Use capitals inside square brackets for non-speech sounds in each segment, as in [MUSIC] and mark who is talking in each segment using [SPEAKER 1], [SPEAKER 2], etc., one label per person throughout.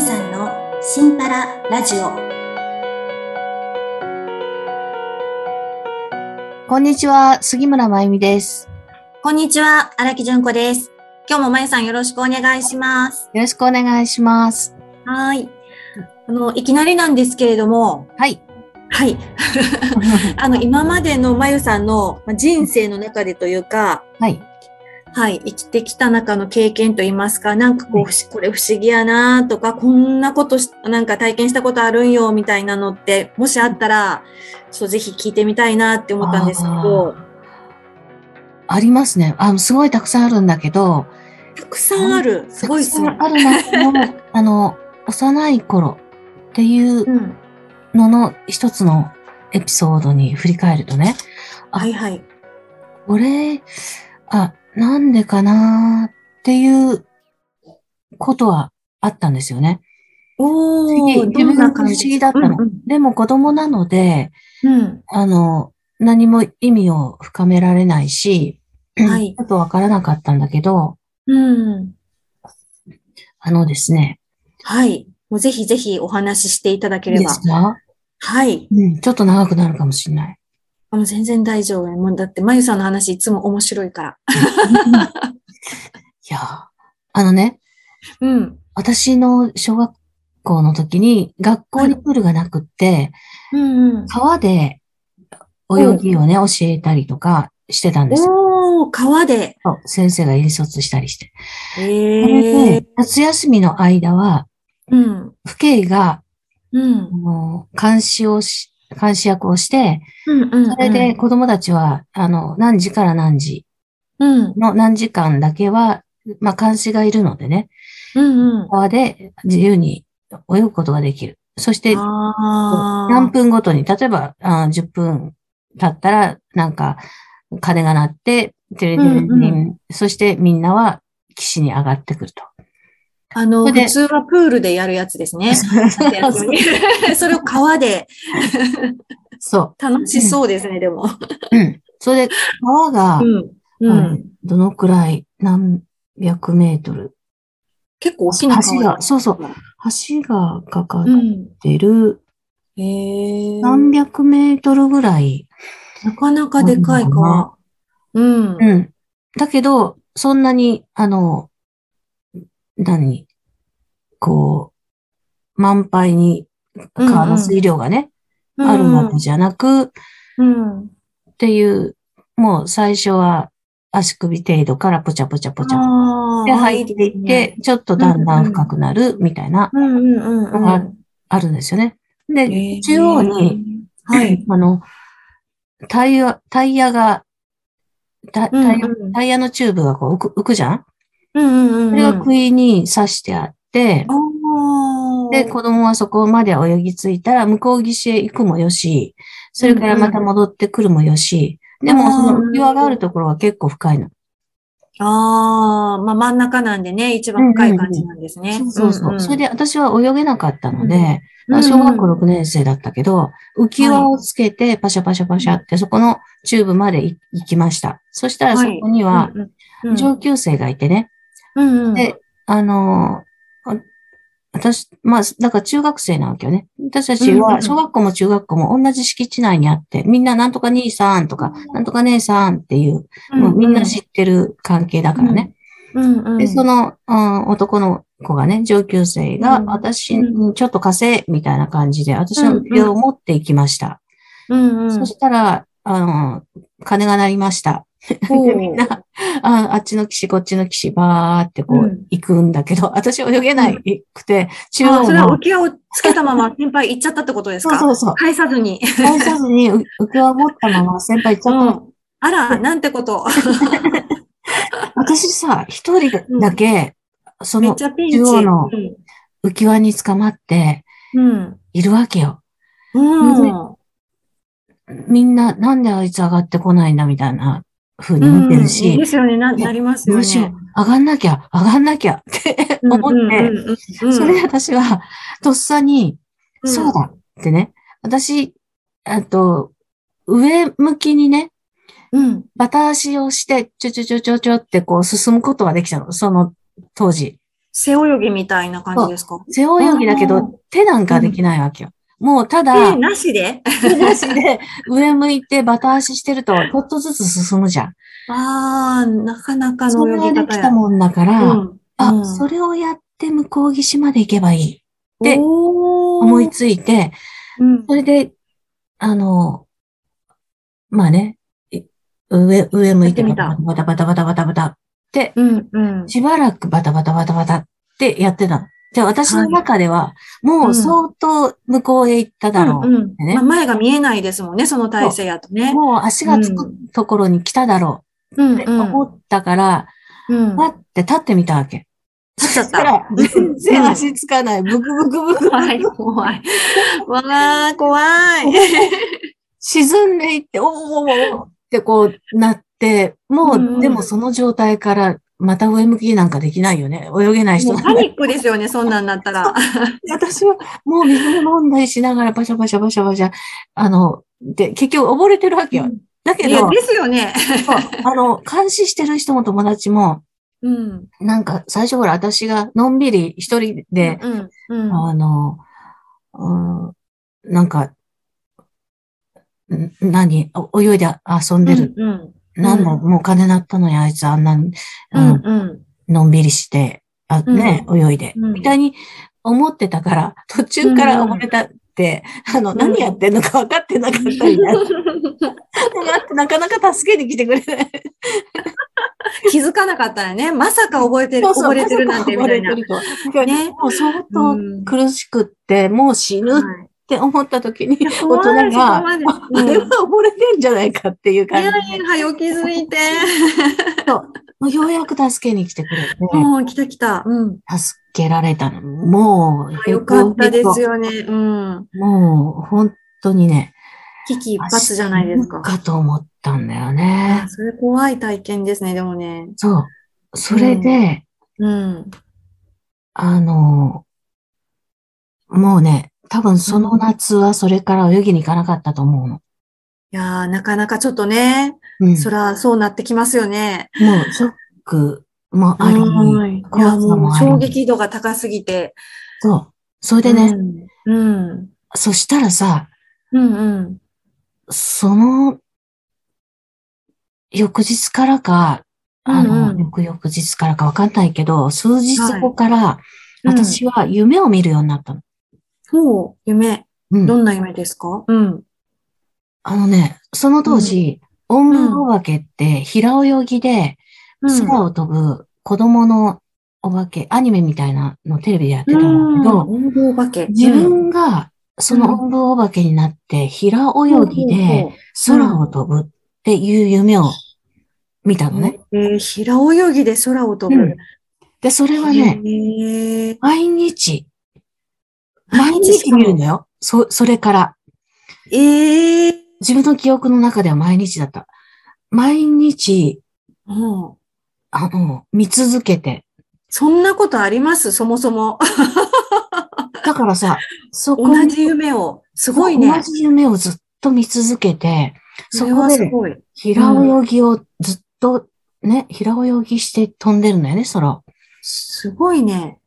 [SPEAKER 1] さんのシンパララジオ。
[SPEAKER 2] こんにちは、杉村真由美です。
[SPEAKER 1] こんにちは、荒木純子です。今日もまゆさんよろしくお願いします。
[SPEAKER 2] よろしくお願いします。
[SPEAKER 1] はーい。あの、いきなりなんですけれども、
[SPEAKER 2] はい。
[SPEAKER 1] はい。あの、今までのまゆさんのまあ人生の中でというか、
[SPEAKER 2] [LAUGHS] はい。
[SPEAKER 1] はい、生きてきた中の経験といいますか、なんかこう、
[SPEAKER 2] は
[SPEAKER 1] ふしこれ不思議やなとか、こんなことし、なんか体験したことあるんよみたいなのって、もしあったら、ちょっとぜひ聞いてみたいなって思ったんですけど、
[SPEAKER 2] ありますね。あの、すごいたくさんあるんだけど、
[SPEAKER 1] たくさんある。すごいっすね
[SPEAKER 2] た。くさんあるな
[SPEAKER 1] [LAUGHS]
[SPEAKER 2] とあの、幼い頃っていう
[SPEAKER 1] うん。
[SPEAKER 2] のの一つのエピソードに振り返るとね、あ
[SPEAKER 1] はいはい。
[SPEAKER 2] これ、あ、なんでかなっていうことはあったんですよね。
[SPEAKER 1] お
[SPEAKER 2] 不思
[SPEAKER 1] お、
[SPEAKER 2] 議
[SPEAKER 1] どんな感じ
[SPEAKER 2] 自分が不思議だったの
[SPEAKER 1] うん
[SPEAKER 2] でも子供なので、
[SPEAKER 1] うん。
[SPEAKER 2] あの、何も意味を深められないし、
[SPEAKER 1] はい
[SPEAKER 2] ちょっとわからなかったんだけど、
[SPEAKER 1] うん。うん
[SPEAKER 2] あのですね、
[SPEAKER 1] はい。もうぜひぜひお話ししていただけ
[SPEAKER 2] い
[SPEAKER 1] れ
[SPEAKER 2] いで
[SPEAKER 1] ば。
[SPEAKER 2] すか、
[SPEAKER 1] はい。
[SPEAKER 2] うん、ちょっと長くなるかもしれ
[SPEAKER 1] [LAUGHS]
[SPEAKER 2] ない。
[SPEAKER 1] あもう全然大丈夫。もうだって、まゆさんの話いつも面白いから。
[SPEAKER 2] いやーあのね、
[SPEAKER 1] うん。
[SPEAKER 2] 私の小学校の時に学校にプールがなくって、
[SPEAKER 1] うんうん。
[SPEAKER 2] 川で泳ぎをね、教えたりとかしてたんですよ。
[SPEAKER 1] おお、川で。
[SPEAKER 2] そう先生が引率したりして。そ
[SPEAKER 1] え
[SPEAKER 2] れ
[SPEAKER 1] え
[SPEAKER 2] で夏休みの間は、
[SPEAKER 1] うん。
[SPEAKER 2] 父兄が
[SPEAKER 1] うん
[SPEAKER 2] あ。の監視をし、監視役をして、
[SPEAKER 1] うんうん。
[SPEAKER 2] それで、子供たちは、あの、何時から何時
[SPEAKER 1] うん。
[SPEAKER 2] の何時間だけは、まあ、監視がいるのでね、
[SPEAKER 1] うんうん。
[SPEAKER 2] 川で自由に泳ぐことができる。そして、
[SPEAKER 1] あ
[SPEAKER 2] 何分ごとに、例えば、あ10分経ったら、なんか、鐘が鳴って、テレビ、
[SPEAKER 1] うんうん
[SPEAKER 2] そしてみんなは岸に上がってくると。
[SPEAKER 1] あ。あの、
[SPEAKER 2] それで
[SPEAKER 1] 普通はプールでやるやつですね。夏休み [LAUGHS] それを川で。
[SPEAKER 2] そ
[SPEAKER 1] 楽しそうですね、でも。
[SPEAKER 2] う。うん。それで、川が、
[SPEAKER 1] うん。うん。
[SPEAKER 2] どのくらい、何百メートル。
[SPEAKER 1] 結構大き
[SPEAKER 2] 橋
[SPEAKER 1] な川
[SPEAKER 2] が、そうそう。
[SPEAKER 1] う。
[SPEAKER 2] 橋がかかっ
[SPEAKER 1] うん。
[SPEAKER 2] てる
[SPEAKER 1] へえ。
[SPEAKER 2] 300メートルぐらい。
[SPEAKER 1] なかなかでかい川。うん。
[SPEAKER 2] うん。だけど、そんなに、あの、何こう、満杯に川の水量がね、あるわけじゃなく、っ
[SPEAKER 1] うん。
[SPEAKER 2] ていう、もう最初は足首程度からポチャポチャポチャ。
[SPEAKER 1] あ
[SPEAKER 2] で、
[SPEAKER 1] あ。
[SPEAKER 2] 入っていって、ちょっとだんだん深くなるみたいな、
[SPEAKER 1] うんうんうんうん。
[SPEAKER 2] ああるんですよね。で、
[SPEAKER 1] へえ
[SPEAKER 2] 中央に、
[SPEAKER 1] はい。
[SPEAKER 2] [CLEARS THROAT] あの、タイヤ、タイヤが、タタイヤ
[SPEAKER 1] うんうん
[SPEAKER 2] タイヤのチューブがこう浮く浮くじゃん
[SPEAKER 1] うんうんうん。
[SPEAKER 2] それが杭に刺してあって、
[SPEAKER 1] おー
[SPEAKER 2] で、子供はそこまで泳ぎ着いたら、向こう岸へ行くもよし、それからまた戻ってくるもよし、でもその浮き輪があるところは結構深いの。
[SPEAKER 1] ああ、まあ真ん中なんでね、一番深い感じなんですね。
[SPEAKER 2] そうそうそう。
[SPEAKER 1] んん
[SPEAKER 2] それで、私は泳げなかったの
[SPEAKER 1] うん
[SPEAKER 2] で、
[SPEAKER 1] うんうん
[SPEAKER 2] 小学校6年生だったけど、浮き輪をつけてパシャパシャパシャって、そこのチューブまで行きました。そしたらそこには、
[SPEAKER 1] うんうんうん
[SPEAKER 2] 上級生がいてね、
[SPEAKER 1] うんうん
[SPEAKER 2] であのー、あ私、まあ、だから中学生なわけよね。私たち
[SPEAKER 1] うんうん
[SPEAKER 2] は、小学校も中学校も同じ敷地内にあって、みんななんとか兄さんとか、なんとか姉さんっていう、もうみんな知ってる関係だからね。
[SPEAKER 1] うんうん
[SPEAKER 2] で、その、うん男の子がね、上級生が、
[SPEAKER 1] うん
[SPEAKER 2] 私にちょっと貸せ、みたいな感じで、私の浮き輪を持っていきました。
[SPEAKER 1] うんうん
[SPEAKER 2] そしたら、あのー、鐘が鳴りました。
[SPEAKER 1] おー
[SPEAKER 2] みんなあ、あっちの岸、こっちの岸、ばーってこ
[SPEAKER 1] う、
[SPEAKER 2] うん行くんだけど、 [LAUGHS] 私泳げないくて、中
[SPEAKER 1] あ
[SPEAKER 2] 央
[SPEAKER 1] それは浮
[SPEAKER 2] の、
[SPEAKER 1] き輪をつけたまま先輩行っちゃったってことです
[SPEAKER 2] そう
[SPEAKER 1] か
[SPEAKER 2] そうそう、
[SPEAKER 1] 返さずに。
[SPEAKER 2] 返さずにう
[SPEAKER 1] [LAUGHS]
[SPEAKER 2] 浮き輪持ったまま先輩行っちゃったの。
[SPEAKER 1] あら、なんてこと。
[SPEAKER 2] 私さ、一人だけ、そ
[SPEAKER 1] めっ
[SPEAKER 2] の
[SPEAKER 1] ちゃピンチ。
[SPEAKER 2] 中央の浮き輪に捕まって
[SPEAKER 1] うん。
[SPEAKER 2] いるわけよ。
[SPEAKER 1] うん。う
[SPEAKER 2] ね
[SPEAKER 1] ん。
[SPEAKER 2] みんな、なんであいつ上がってこないんだみたいな風に見てるし、
[SPEAKER 1] ですよね、ななりますよ
[SPEAKER 2] むしろ
[SPEAKER 1] ね。
[SPEAKER 2] 上がんなきゃ、上がんなきゃって思って、
[SPEAKER 1] うんうんうんうん
[SPEAKER 2] それで私は、とっさに、
[SPEAKER 1] うん
[SPEAKER 2] そうだってね、私、あと、上向きにね、
[SPEAKER 1] うん。
[SPEAKER 2] バタ足をして、ちょちょちょちょちょってこう進むことはできたの、その当時。
[SPEAKER 1] 背泳ぎみたいな感じですか
[SPEAKER 2] 背泳ぎだけ
[SPEAKER 1] あ
[SPEAKER 2] ど
[SPEAKER 1] ー、
[SPEAKER 2] 手なんかできないわけよ。もうただ
[SPEAKER 1] 手、なしで
[SPEAKER 2] 手なしで上向いてバタ足してると、ちょっとずつ進むじゃん。
[SPEAKER 1] [LAUGHS] ああ、なかなか
[SPEAKER 2] そ
[SPEAKER 1] の
[SPEAKER 2] れ
[SPEAKER 1] 泳
[SPEAKER 2] が
[SPEAKER 1] ぎ
[SPEAKER 2] で
[SPEAKER 1] 方
[SPEAKER 2] き
[SPEAKER 1] や
[SPEAKER 2] た。もんだから、
[SPEAKER 1] うんう
[SPEAKER 2] あ、
[SPEAKER 1] ん
[SPEAKER 2] それをやって向こう岸まで行けばいい。で
[SPEAKER 1] 思
[SPEAKER 2] 思いついて、
[SPEAKER 1] うん
[SPEAKER 2] それで、あの、まあね、い上、上向いて
[SPEAKER 1] やって
[SPEAKER 2] バ
[SPEAKER 1] みた
[SPEAKER 2] タバタバタバタバタバタって、
[SPEAKER 1] うんうん。
[SPEAKER 2] しばらくバタバタバタバタってやってたの。で、私の中では、もう相当向こうへ行っただろう。
[SPEAKER 1] うんうん
[SPEAKER 2] ね
[SPEAKER 1] まあ前が見えないですもんね、その体勢やとね。
[SPEAKER 2] もう足がつ
[SPEAKER 1] う
[SPEAKER 2] く
[SPEAKER 1] ん
[SPEAKER 2] ところに来ただろ
[SPEAKER 1] うんう
[SPEAKER 2] うって思
[SPEAKER 1] ん。
[SPEAKER 2] ったから、
[SPEAKER 1] うん
[SPEAKER 2] パって立ってみたわけ。
[SPEAKER 1] 立っちゃっ
[SPEAKER 2] そした
[SPEAKER 1] た
[SPEAKER 2] ら。、全然足つかない。ブクブクブク。
[SPEAKER 1] 怖い、怖い。わあ、怖い。
[SPEAKER 2] 沈んでいって、おーおーおーおーってこうなって、も
[SPEAKER 1] うんう
[SPEAKER 2] う、
[SPEAKER 1] ん
[SPEAKER 2] でもその状態から、また上向きなんかできないよね。泳げない人
[SPEAKER 1] もう
[SPEAKER 2] な
[SPEAKER 1] パ
[SPEAKER 2] んだ
[SPEAKER 1] ニックですよね、そんなんなったら。
[SPEAKER 2] 私はもう水も飲んだりしながらバシャバシャバシャバシャ、あの、で、結局溺れてるわけよ。
[SPEAKER 1] い
[SPEAKER 2] だけ
[SPEAKER 1] や、
[SPEAKER 2] ど、
[SPEAKER 1] ですよね。
[SPEAKER 2] そうあの、監視してる人も友達も、
[SPEAKER 1] うん。
[SPEAKER 2] なんか最初ほら私がのんびり一人で、
[SPEAKER 1] うん。うん。
[SPEAKER 2] あの、うん、なんか、ん何お泳いで遊んでる
[SPEAKER 1] うん。
[SPEAKER 2] なんだ、
[SPEAKER 1] う
[SPEAKER 2] もう金なったのに、あいつあんな、う
[SPEAKER 1] う
[SPEAKER 2] ん、
[SPEAKER 1] ん。うん。
[SPEAKER 2] のんびりして、あ、
[SPEAKER 1] うん
[SPEAKER 2] ね、泳いで、
[SPEAKER 1] うん
[SPEAKER 2] みたいに思ってたから、途中から溺れたって、あの、
[SPEAKER 1] ん
[SPEAKER 2] 何やってんのか分かってなかったりな、なってなかなか助けに来てくれ
[SPEAKER 1] [LAUGHS]
[SPEAKER 2] ない。
[SPEAKER 1] 気づかなかったらね、まさか覚えてる、溺れてるなんてみたいな。
[SPEAKER 2] 溺れてるとだから
[SPEAKER 1] ね
[SPEAKER 2] もう相
[SPEAKER 1] う
[SPEAKER 2] 当
[SPEAKER 1] ん
[SPEAKER 2] 苦しくって、もう死ぬっ
[SPEAKER 1] はい
[SPEAKER 2] て思った時に、大
[SPEAKER 1] 怖い
[SPEAKER 2] 人が、 [LAUGHS] あ
[SPEAKER 1] そこまで
[SPEAKER 2] れ
[SPEAKER 1] う
[SPEAKER 2] は溺れてんじゃないかっていうん
[SPEAKER 1] いや
[SPEAKER 2] 感
[SPEAKER 1] いや、早気づいて。
[SPEAKER 2] じと、もうようやく助けに来てくれて、
[SPEAKER 1] もう来た来た。うん。
[SPEAKER 2] 助けられたの。もう、
[SPEAKER 1] よかったですよね。うん。
[SPEAKER 2] もう、本当にね。
[SPEAKER 1] 危機一髪じゃないですか。
[SPEAKER 2] かと思ったんだよね。
[SPEAKER 1] それ怖い体験ですね、でもね。
[SPEAKER 2] そう。それで、
[SPEAKER 1] うん。
[SPEAKER 2] あの、もうね、多分その夏はそれから泳ぎに行かなかったと思うの。
[SPEAKER 1] いやー、なかなかちょっとね、
[SPEAKER 2] うん。
[SPEAKER 1] そら、そうなってきますよね。
[SPEAKER 2] もう、ショックもあり、
[SPEAKER 1] うんい
[SPEAKER 2] 怖
[SPEAKER 1] や、
[SPEAKER 2] さ
[SPEAKER 1] も
[SPEAKER 2] も
[SPEAKER 1] う
[SPEAKER 2] あり
[SPEAKER 1] 衝撃度が高すぎて。
[SPEAKER 2] そう。それでね、
[SPEAKER 1] うん。うん。
[SPEAKER 2] そしたらさ、
[SPEAKER 1] うんうん。
[SPEAKER 2] その、翌日からか、あの、
[SPEAKER 1] うんうん
[SPEAKER 2] 翌々日からかわかんないけど、数日後から、
[SPEAKER 1] うん
[SPEAKER 2] 私は夢を見るようになったの。
[SPEAKER 1] そう、夢。
[SPEAKER 2] うん
[SPEAKER 1] どんな夢ですかうん。
[SPEAKER 2] あのね、その当時、音楽お化けって平泳ぎで
[SPEAKER 1] うん
[SPEAKER 2] 空を飛ぶ子供のお化け、アニメみたいなのテレビでやって
[SPEAKER 1] う
[SPEAKER 2] た
[SPEAKER 1] ん。
[SPEAKER 2] んだけど、
[SPEAKER 1] 運動化け。
[SPEAKER 2] 自分がその音部お化けになって平泳ぎで空を飛ぶっていう夢を見たのね。
[SPEAKER 1] えー平泳ぎで空を飛ぶ。
[SPEAKER 2] うんで、それはね、
[SPEAKER 1] へー
[SPEAKER 2] 毎日、毎日見るのよ。そ、それから。
[SPEAKER 1] ええ
[SPEAKER 2] 自分の記憶の中では毎日だった。毎日、
[SPEAKER 1] もう
[SPEAKER 2] あの、見続けて、
[SPEAKER 1] そんなことありますそもそも。
[SPEAKER 2] だからさ、そこ
[SPEAKER 1] 同じ夢を。すごい
[SPEAKER 2] 同
[SPEAKER 1] ね。
[SPEAKER 2] じ夢をずっと見続けて、そ
[SPEAKER 1] それ
[SPEAKER 2] こ
[SPEAKER 1] はす
[SPEAKER 2] で
[SPEAKER 1] ごい。
[SPEAKER 2] 平泳ぎをずっとね、平泳ぎして飛んでるのよね、空を。
[SPEAKER 1] すごいね。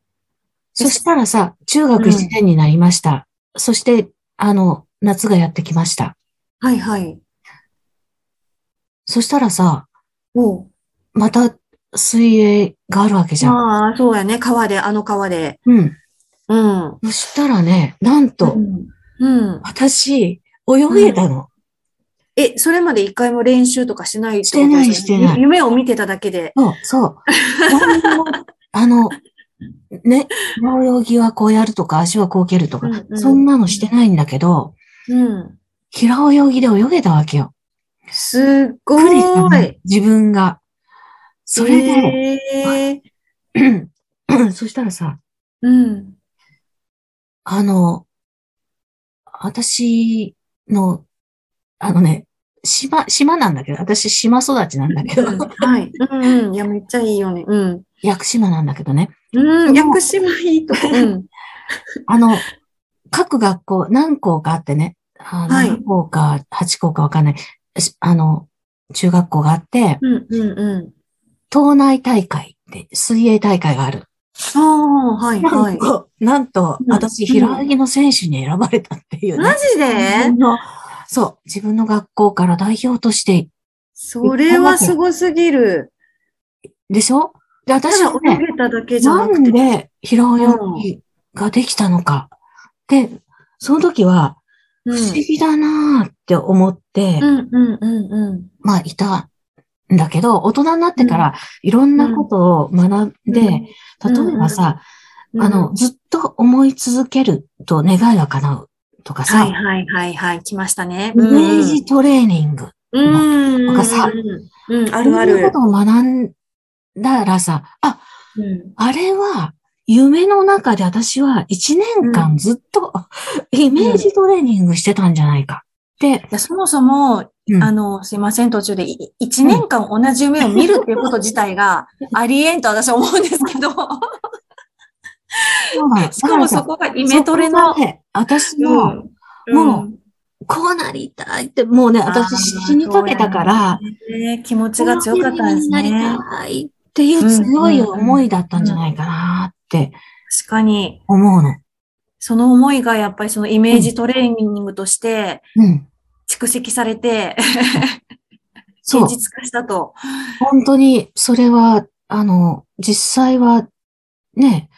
[SPEAKER 2] そしたらさ、中学1年になりました。そして、あの、夏がやってきました。
[SPEAKER 1] はいはい。
[SPEAKER 2] そしたらさ、
[SPEAKER 1] おう
[SPEAKER 2] また水泳があるわけじゃん。
[SPEAKER 1] ああ、そうやね。川で、あの川で。
[SPEAKER 2] うん。
[SPEAKER 1] うん。
[SPEAKER 2] そしたらね、なんと、
[SPEAKER 1] うんうん。
[SPEAKER 2] 私、泳げたの。
[SPEAKER 1] え、それまで一回も練習とかしないって
[SPEAKER 2] してないしてない
[SPEAKER 1] 夢を見てただけで。
[SPEAKER 2] そう、そう。何にもあの、ね、平泳ぎはこうやるとか、足はこう蹴るとか、
[SPEAKER 1] うんうん
[SPEAKER 2] そんなのしてないんだけど、
[SPEAKER 1] うん。
[SPEAKER 2] 平泳ぎで泳げたわけよ。
[SPEAKER 1] すっご
[SPEAKER 2] びっくりした
[SPEAKER 1] い。
[SPEAKER 2] ね自分が。それで、
[SPEAKER 1] えー
[SPEAKER 2] [CLEARS THROAT] そしたらさ、
[SPEAKER 1] うん。
[SPEAKER 2] あの、私の、あのね、島、島なんだけど、私島育ちなんだけど、
[SPEAKER 1] はい。うんうん。いや、めっちゃいいよね。うん。
[SPEAKER 2] 屋久島なんだけどね、
[SPEAKER 1] うん。屋久島いいとこ。うん。
[SPEAKER 2] あの、各学校何校かあってね、あの
[SPEAKER 1] はい
[SPEAKER 2] 何校か8校かわかんない、しあの、中学校があって、
[SPEAKER 1] うんうんうん。
[SPEAKER 2] 島内大会って水泳大会がある。
[SPEAKER 1] ああ、はい、
[SPEAKER 2] な
[SPEAKER 1] は
[SPEAKER 2] ん
[SPEAKER 1] い。
[SPEAKER 2] と、なんと
[SPEAKER 1] うん
[SPEAKER 2] 私、平泳ぎの選手に選ばれたっていうね
[SPEAKER 1] マ。ジ
[SPEAKER 2] 自
[SPEAKER 1] で
[SPEAKER 2] 分のそう、自分の学校から代表として、
[SPEAKER 1] それはすごすぎる。
[SPEAKER 2] でしょで、私
[SPEAKER 1] た
[SPEAKER 2] は
[SPEAKER 1] だ泳
[SPEAKER 2] ね、
[SPEAKER 1] げただけじゃ
[SPEAKER 2] な
[SPEAKER 1] なく
[SPEAKER 2] ん
[SPEAKER 1] て。
[SPEAKER 2] で平泳ぎができたのか。で、その時は、
[SPEAKER 1] う
[SPEAKER 2] 不思
[SPEAKER 1] ん
[SPEAKER 2] 議だなーって思って、
[SPEAKER 1] うんうんうんうん。
[SPEAKER 2] まあ、いたんだけど、大人になってから、いろんなことを学んで、例え
[SPEAKER 1] うん
[SPEAKER 2] ばさ、
[SPEAKER 1] うん、
[SPEAKER 2] あの、ずっと思い続けると願いが叶うとか
[SPEAKER 1] は
[SPEAKER 2] さ、
[SPEAKER 1] いはいはいはい、来ましたね。
[SPEAKER 2] イメージトレーニング。
[SPEAKER 1] うん。
[SPEAKER 2] とかさ
[SPEAKER 1] うん、うん、あるあ
[SPEAKER 2] そういう
[SPEAKER 1] る
[SPEAKER 2] こ。とを学んだらさ、あ、
[SPEAKER 1] うん
[SPEAKER 2] あれは、夢の中で私は1年間ずっと、イメージトレーニングしてたんじゃないかって、
[SPEAKER 1] いやそもそも、
[SPEAKER 2] うん
[SPEAKER 1] あの、すいません、途中で、い一年間同じ夢を見るって [LAUGHS] いうこと自体がありえんと私は思うんですけ [LAUGHS] ど、
[SPEAKER 2] そうな
[SPEAKER 1] [LAUGHS]
[SPEAKER 2] の
[SPEAKER 1] しかもそこがイメトレの
[SPEAKER 2] そこが、ね私
[SPEAKER 1] うん
[SPEAKER 2] の、もう、こうなりたいって、もうね、
[SPEAKER 1] あー
[SPEAKER 2] 私死にかけたから、
[SPEAKER 1] うんね気持ちが強かったんです
[SPEAKER 2] こうな
[SPEAKER 1] ね
[SPEAKER 2] り。たいっていう強い思いだったんじゃないかなって
[SPEAKER 1] 確かに、
[SPEAKER 2] 思うの。
[SPEAKER 1] その思いがやっぱりそのイメージトレーニングとして
[SPEAKER 2] うん。
[SPEAKER 1] 蓄積されて、
[SPEAKER 2] そう
[SPEAKER 1] 現。実化したと。
[SPEAKER 2] 本当に、それは、あの、実際は、ね、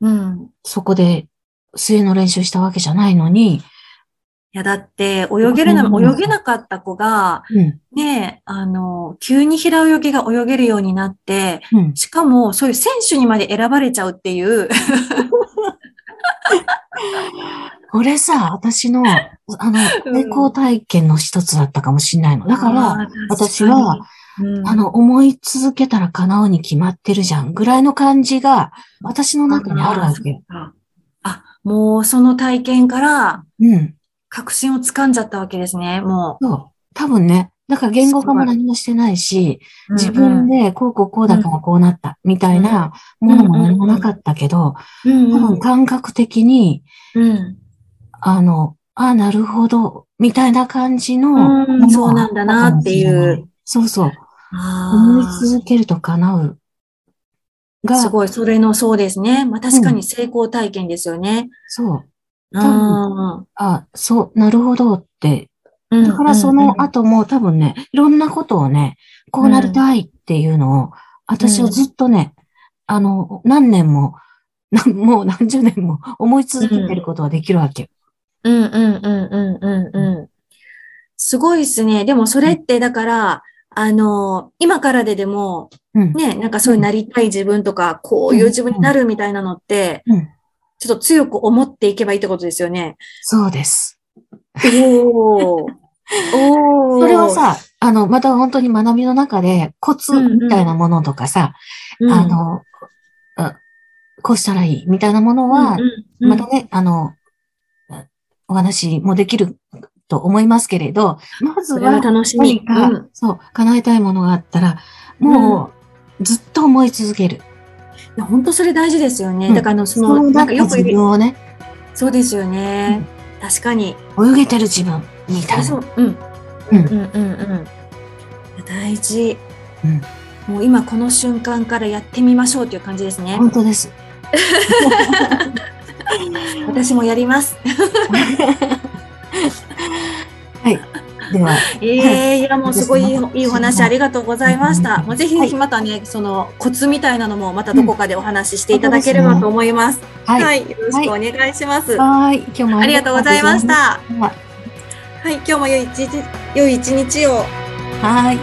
[SPEAKER 1] うん。
[SPEAKER 2] そこで水泳の練習したわけじゃないのに、
[SPEAKER 1] いや、だって、泳げるのも、
[SPEAKER 2] うん
[SPEAKER 1] 泳げなかった子が、
[SPEAKER 2] うん、
[SPEAKER 1] ね、あの、急に平泳ぎが泳げるようになって、
[SPEAKER 2] うん。
[SPEAKER 1] しかも、そういう選手にまで選ばれちゃうっていう、
[SPEAKER 2] これさ、私の、あの、成功体験の一つだったかもしれないの。だから、
[SPEAKER 1] あー、
[SPEAKER 2] 私は
[SPEAKER 1] 確かに、うん
[SPEAKER 2] あ、の、思い続けたら叶うに決まってるじゃん、ぐらいの感じが、私の中にあるわけよ。
[SPEAKER 1] ああ、もうその体験から
[SPEAKER 2] うん。
[SPEAKER 1] 確信をつかんじゃったわけですね、も
[SPEAKER 2] そう。多分ね。だから言語化も何もしてないし、
[SPEAKER 1] う。
[SPEAKER 2] 自分でこうこうこうだからこうなった、みたいなものも何もなかったけど、
[SPEAKER 1] うん、
[SPEAKER 2] 多
[SPEAKER 1] うん、
[SPEAKER 2] 分感覚的に、
[SPEAKER 1] うん、
[SPEAKER 2] あの、ああ、なるほど、みたいな感じの
[SPEAKER 1] うん
[SPEAKER 2] ものが
[SPEAKER 1] そうなんだなっていう
[SPEAKER 2] あったかもしれない。そうそう。思い
[SPEAKER 1] あー
[SPEAKER 2] 続けると叶う。が、
[SPEAKER 1] すごい、それの、そうですね。まあ、確かに成功体験ですよね。
[SPEAKER 2] そう。
[SPEAKER 1] うんん。
[SPEAKER 2] あ、そう、なるほどって。
[SPEAKER 1] うん
[SPEAKER 2] だからその、後も多分ね、いろんなことをね、こうなりたいっていうのを、私はずっとね、あの、何年も、なもう何十年も思い続けてることができるわけよ。
[SPEAKER 1] うんうんうんうんうんうんうん。すごいですね。でもそれって、だから、あの、今からででも、
[SPEAKER 2] うん。
[SPEAKER 1] ね、なんかそういうなりたい自分とか、こういう自分になるみたいなのって
[SPEAKER 2] うん、
[SPEAKER 1] ちょっと強く思っていけばいいってことですよね。
[SPEAKER 2] そうです。
[SPEAKER 1] おー。おー。 [LAUGHS]
[SPEAKER 2] それは、さ、あの、また本当に学びの中でコツみたいなものとかさ、あ、の、あこうしたらいいみたいなものは、またね、あの、お話もできると思いますけれど、まず
[SPEAKER 1] それは
[SPEAKER 2] は
[SPEAKER 1] 楽しみ
[SPEAKER 2] 何。か、
[SPEAKER 1] うん
[SPEAKER 2] そう、叶えたいものがあったら、もう、ずっと思い続ける。
[SPEAKER 1] いや本当それ大事ですよね。
[SPEAKER 2] うん
[SPEAKER 1] だからあの、そ
[SPEAKER 2] そ
[SPEAKER 1] の、
[SPEAKER 2] う
[SPEAKER 1] な
[SPEAKER 2] なっ
[SPEAKER 1] ん
[SPEAKER 2] た
[SPEAKER 1] かよく
[SPEAKER 2] 自
[SPEAKER 1] 言う、
[SPEAKER 2] 分をね、
[SPEAKER 1] そうですよね。確かに。
[SPEAKER 2] 泳げてる自分、みたい
[SPEAKER 1] そ
[SPEAKER 2] な。
[SPEAKER 1] ううん。
[SPEAKER 2] う
[SPEAKER 1] うんんうんうんうん。大事。
[SPEAKER 2] うん
[SPEAKER 1] もう今この瞬間からやってみましょうという感じですね。
[SPEAKER 2] 本
[SPEAKER 1] [LAUGHS]
[SPEAKER 2] 当です。
[SPEAKER 1] 私もやります。 [LAUGHS]
[SPEAKER 2] はい。では、
[SPEAKER 1] ええいやもうすごいい
[SPEAKER 2] 私
[SPEAKER 1] い
[SPEAKER 2] も
[SPEAKER 1] いいお話ありがとうございまし
[SPEAKER 2] う
[SPEAKER 1] た。
[SPEAKER 2] ん
[SPEAKER 1] もうぜひぜひまたね、そのコツみたいなのもまたどこかでお話ししていただけれ
[SPEAKER 2] うん
[SPEAKER 1] ば
[SPEAKER 2] 本
[SPEAKER 1] と
[SPEAKER 2] 当
[SPEAKER 1] 思います。
[SPEAKER 2] はい。は。
[SPEAKER 1] はいい、よろしくお願いします。
[SPEAKER 2] 今日も
[SPEAKER 1] ありがとうございまし。た。
[SPEAKER 2] では
[SPEAKER 1] はい、今日も良い一日、良い一日を。
[SPEAKER 2] はい。